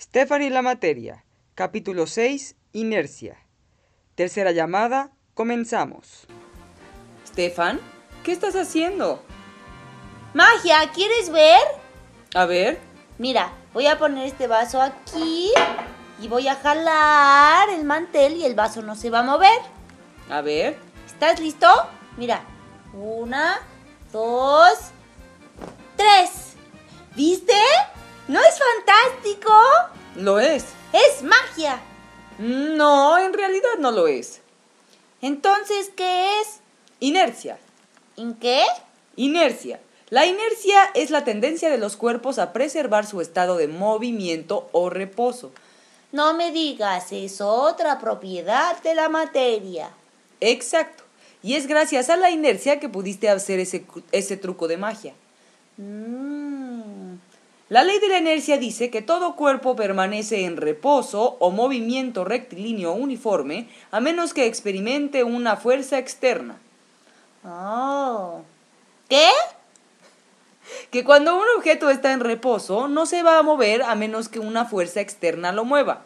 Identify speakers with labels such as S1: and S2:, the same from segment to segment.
S1: Stephanie La Materia, capítulo 6, Inercia. Tercera llamada, comenzamos.
S2: Stefan, ¿qué estás haciendo?
S3: Magia, ¿quieres ver?
S2: A ver,
S3: Mira, voy a poner este vaso aquí y voy a jalar el mantel y el vaso no se va a mover.
S2: a ver.
S3: ¿Estás listo? Mira, una, dos, tres. ¿Viste? ¿No es fantástico?
S2: Lo es.
S3: Es magia.
S2: No, en realidad no lo es.
S3: Entonces, ¿qué es?
S2: Inercia.
S3: ¿En qué?
S2: Inercia. La inercia es la tendencia de los cuerpos a preservar su estado de movimiento o reposo.
S3: No me digas, es otra propiedad de la materia.
S2: Exacto. Y es gracias a la inercia que pudiste hacer ese, cu- ese truco de magia.
S3: Mmm.
S2: La ley de la inercia dice que todo cuerpo permanece en reposo o movimiento rectilíneo uniforme a menos que experimente una fuerza externa.
S3: Oh. ¿Qué?
S2: que cuando un objeto está en reposo no se va a mover a menos que una fuerza externa lo mueva.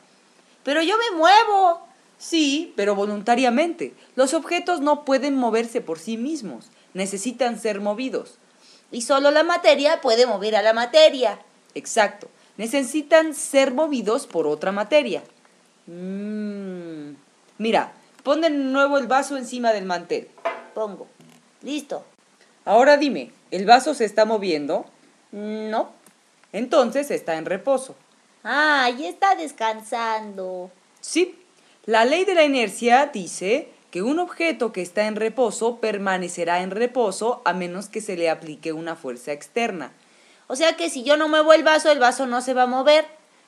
S3: Pero yo me muevo.
S2: Sí, pero voluntariamente. Los objetos no pueden moverse por sí mismos, necesitan ser movidos.
S3: Y solo la materia puede mover a la materia.
S2: Exacto, necesitan ser movidos por otra materia. Mm.
S3: Mmm.
S2: Mira, pon de nuevo el vaso encima del mantel.
S3: Pongo. Listo.
S2: Ahora dime, ¿el vaso se está moviendo? Mm,
S3: No.
S2: Entonces está en reposo.
S3: Ah, ya está descansando.
S2: Sí, la ley de la inercia dice que un objeto que está en reposo permanecerá en reposo a menos que se le aplique una fuerza externa.
S3: O sea que si yo no muevo el vaso, el vaso no se va a mover.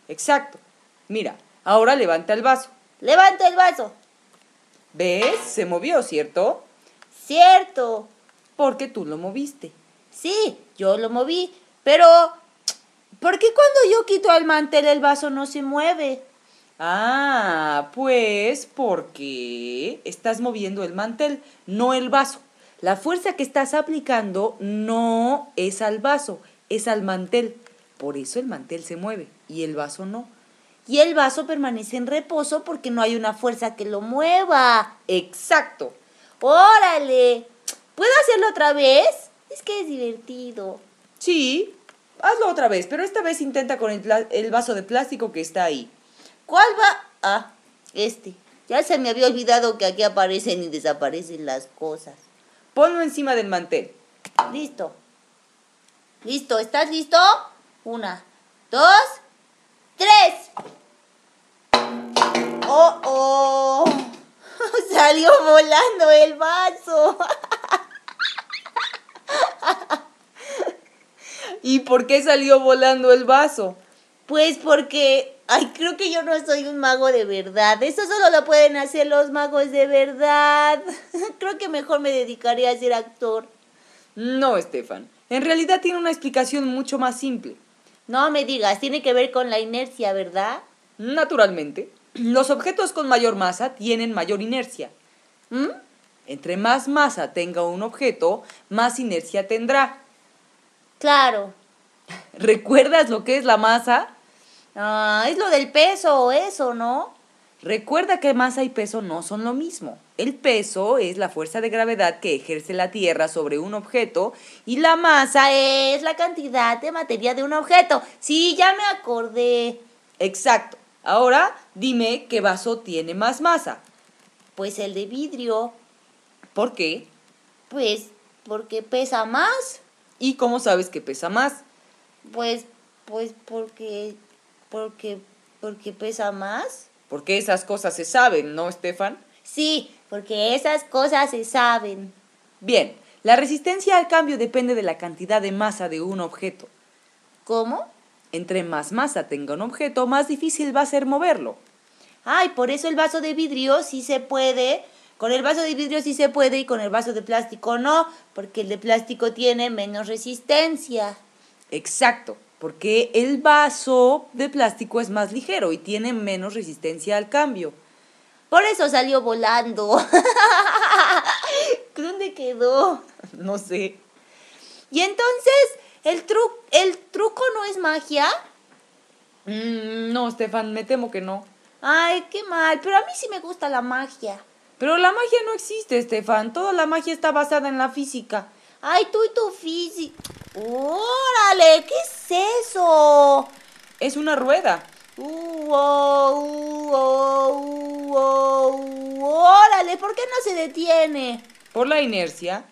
S2: Exacto. Mira, ahora levanta el vaso.
S3: Levanto el vaso.
S2: ¿Ves? Se movió, ¿cierto?
S3: Cierto.
S2: Porque tú lo moviste.
S3: Sí, yo lo moví. Pero, ¿por qué cuando yo quito al mantel el vaso no se mueve?
S2: Ah, pues porque estás moviendo el mantel, no el vaso. La fuerza que estás aplicando no es al vaso, es al mantel. Por eso el mantel se mueve y el vaso no.
S3: Y el vaso permanece en reposo porque no hay una fuerza que lo mueva.
S2: Exacto.
S3: ¡Órale! ¿Puedo hacerlo otra vez? Es que es divertido.
S2: Sí, hazlo otra vez, pero esta vez intenta con el, pla- el vaso de plástico que está ahí.
S3: ¿Cuál va? Ah, este. Ya se me había olvidado que aquí aparecen y desaparecen las cosas.
S2: Ponlo encima del mantel.
S3: Listo. Listo, ¿estás listo? Una, dos, tres. ¡Oh, oh! Salió volando el vaso.
S2: ¿Y por qué salió volando el vaso?
S3: Pues porque, ay, creo que yo no soy un mago de verdad. Eso solo lo pueden hacer los magos de verdad. Creo que mejor me dedicaré a ser actor.
S2: No, Estefan. En realidad tiene una explicación mucho más simple.
S3: No me digas, tiene que ver con la inercia, ¿verdad?
S2: Naturalmente, los objetos con mayor masa tienen mayor inercia.
S3: ¿Mm?
S2: Entre más masa tenga un objeto, más inercia tendrá.
S3: Claro.
S2: ¿Recuerdas lo que es la masa?
S3: Ah, es lo del peso o eso, ¿no?
S2: Recuerda que masa y peso no son lo mismo. El peso es la fuerza de gravedad que ejerce la Tierra sobre un objeto y la masa...
S3: Masa Ah, es la cantidad de materia de un objeto. Sí, ya me acordé.
S2: Exacto. Ahora dime qué vaso tiene más masa.
S3: Pues el de vidrio,
S2: ¿Por qué?
S3: pues porque pesa más.
S2: ¿Y cómo sabes que pesa más?
S3: Pues, pues porque, porque, porque pesa más.
S2: Porque esas cosas se saben, ¿no, Estefan?
S3: Sí, porque esas cosas se saben.
S2: Bien, la resistencia al cambio depende de la cantidad de masa de un objeto.
S3: ¿Cómo?
S2: Entre más masa tenga un objeto, más difícil va a ser moverlo.
S3: Ay, por eso el vaso de vidrio sí se puede. Con el vaso de vidrio sí se puede y con el vaso de plástico no, porque el de plástico tiene menos resistencia.
S2: Exacto, porque el vaso de plástico es más ligero y tiene menos resistencia al cambio.
S3: Por eso salió volando. ¿Dónde quedó?
S2: No sé.
S3: Y entonces, ¿el, tru- el truco no es magia?
S2: Mm, no, Stefan, me temo que no.
S3: Ay, qué mal, pero a mí sí me gusta la magia.
S2: Pero la magia no existe, Stefan. Toda la magia está basada en la física.
S3: Ay, tú y tu física. ¡Órale! ¿Qué es eso?
S2: Es una rueda.
S3: Uh, oh, uh, oh, uh, oh, uh, ¡Órale! ¿Por qué no se detiene?
S2: Por la inercia.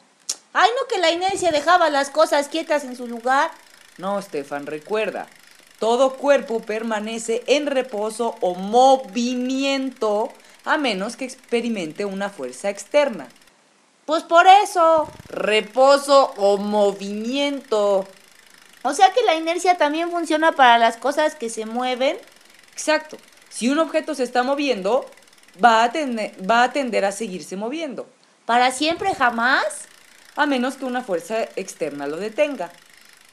S3: Ay, no que la inercia dejaba las cosas quietas en su lugar.
S2: No, Stefan, recuerda. Todo cuerpo permanece en reposo o movimiento a menos que experimente una fuerza externa.
S3: Pues por eso.
S2: Reposo o movimiento.
S3: O sea que la inercia también funciona para las cosas que se mueven.
S2: Exacto. Si un objeto se está moviendo, va a, tende- va a tender a seguirse moviendo,
S3: Para siempre jamás.
S2: a menos que una fuerza externa lo detenga,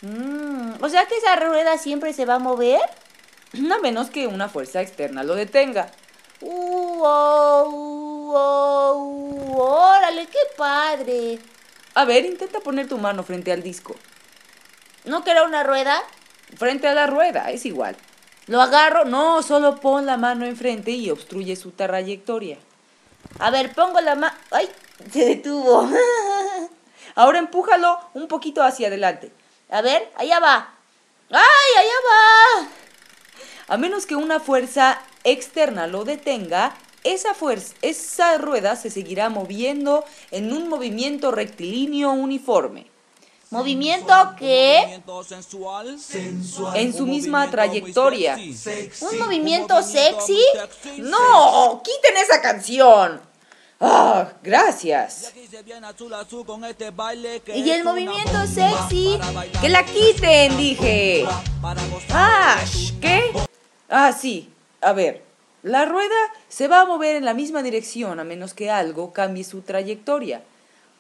S3: Mm, o sea que esa rueda siempre se va a mover.
S2: a menos que una fuerza externa lo detenga.
S3: Uh, oh, uh, oh, uh, órale, qué padre.
S2: A ver, intenta poner tu mano frente al disco,
S3: ¿No que era una rueda?
S2: frente a la rueda, es igual. Lo agarro, no, solo pon la mano enfrente y obstruye su trayectoria.
S3: A ver, pongo la mano. ¡Ay! Se detuvo.
S2: Ahora empújalo un poquito hacia adelante,
S3: A ver, allá va. ¡Ay, allá va!
S2: A menos que una fuerza externa lo detenga, esa fuerza, esa rueda se seguirá moviendo en un movimiento rectilíneo uniforme,
S3: Movimiento que.
S2: en su misma trayectoria.
S3: ¿Un movimiento sexy?
S2: ¡No! ¡Quiten esa canción! ¡Ah! gracias.
S3: Y el movimiento sexy.
S2: ¡Que la quiten! Dije. ¡Ah! ¿Qué? Ah, sí. A ver. La rueda se va a mover en la misma dirección a menos que algo cambie su trayectoria.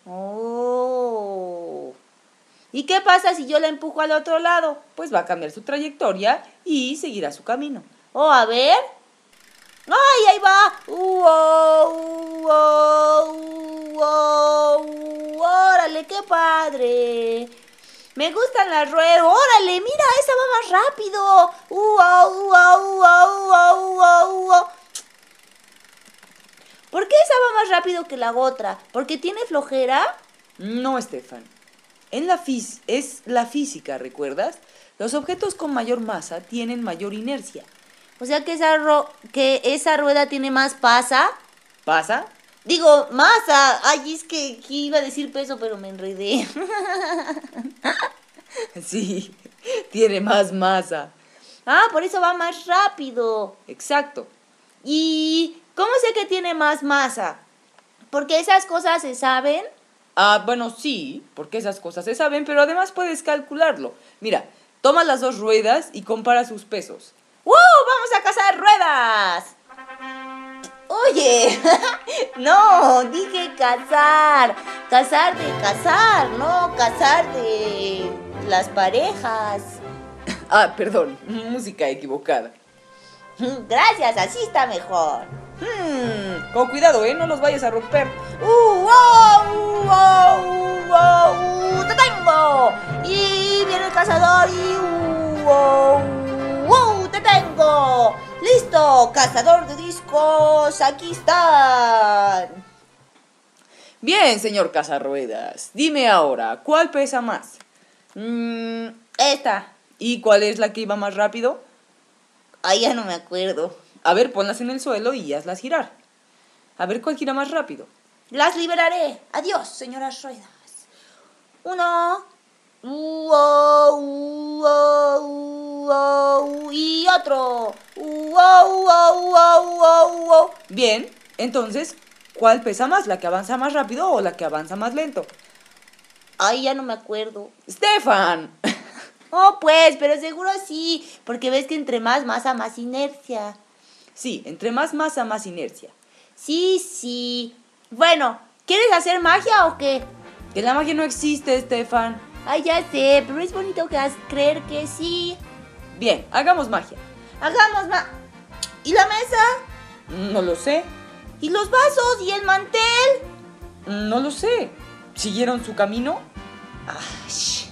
S3: Oh. ¿Y qué pasa si yo la empujo al otro lado?
S2: Pues va a cambiar su trayectoria y seguirá su camino.
S3: Oh, a ver. ¡Ay, ahí va! ¡Uh, oh, uh, oh, uh, oh, uh, ¡Órale, qué padre! Me gustan las ruedas. ¡Órale, mira, esa va más rápido! ¡Uh, oh, uh, oh, uh, oh, uh, oh, uh, oh! ¿Por qué esa va más rápido que la otra? ¿Porque tiene flojera?
S2: No, Estefan. En la fis- es la física, ¿recuerdas? Los objetos con mayor masa tienen mayor inercia.
S3: O sea que esa, ro- que esa rueda tiene más pasa.
S2: ¿Pasa?
S3: Digo, masa. Ay, es que, que iba a decir peso, pero me enredé.
S2: Sí, tiene más masa.
S3: Ah, por eso va más rápido.
S2: Exacto.
S3: ¿Y cómo sé que tiene más masa? Porque esas cosas se saben.
S2: Ah, bueno, sí, porque esas cosas se saben, pero además puedes calcularlo. Mira, toma las dos ruedas y compara sus pesos.
S3: ¡Wow! ¡Vamos a cazar ruedas! Oye, no, dije cazar. Cazar de cazar, no cazar de las parejas.
S2: Ah, perdón, música equivocada.
S3: Gracias, así está mejor.
S2: Hmm, con cuidado, ¿eh? No los vayas a romper.
S3: ¡Uh, wow, uh, wow, uh, wow, uh, ¡Te tengo! Y viene el cazador y ¡uh, wow, wow, ¡Te tengo! ¡Listo! ¡Cazador de discos! ¡Aquí están!
S2: Bien, señor Casarruedas, dime ahora, ¿cuál pesa más? Mm, esta. ¿Y cuál es la que iba más rápido?
S3: Ay, ya no me acuerdo.
S2: A ver, ponlas en el suelo y hazlas girar. A ver cuál gira más rápido.
S3: Las liberaré. Adiós, señoras ruedas. Uno. Uh, oh, uh, oh, uh, oh, y otro. Uh, oh, uh, oh, uh, oh, uh, oh.
S2: Bien, entonces, ¿cuál pesa más? ¿La que avanza más rápido o la que avanza más lento?
S3: Ay, ya no me acuerdo.
S2: Stefan.
S3: Oh, pues, pero seguro sí, porque ves que entre más masa, más inercia.
S2: sí, entre más masa, más inercia.
S3: Sí, sí. Bueno, ¿quieres hacer magia o qué?
S2: Que la magia no existe, Stefan.
S3: Ay, ya sé, pero es bonito que has- creer que sí.
S2: Bien, hagamos magia.
S3: Hagamos ma... ¿Y la mesa?
S2: No lo sé.
S3: ¿Y los vasos? ¿Y el mantel?
S2: No lo sé. ¿Siguieron su camino?
S3: Ay,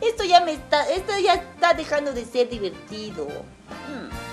S3: Esto ya me está, esto ya está dejando de ser divertido. Mm.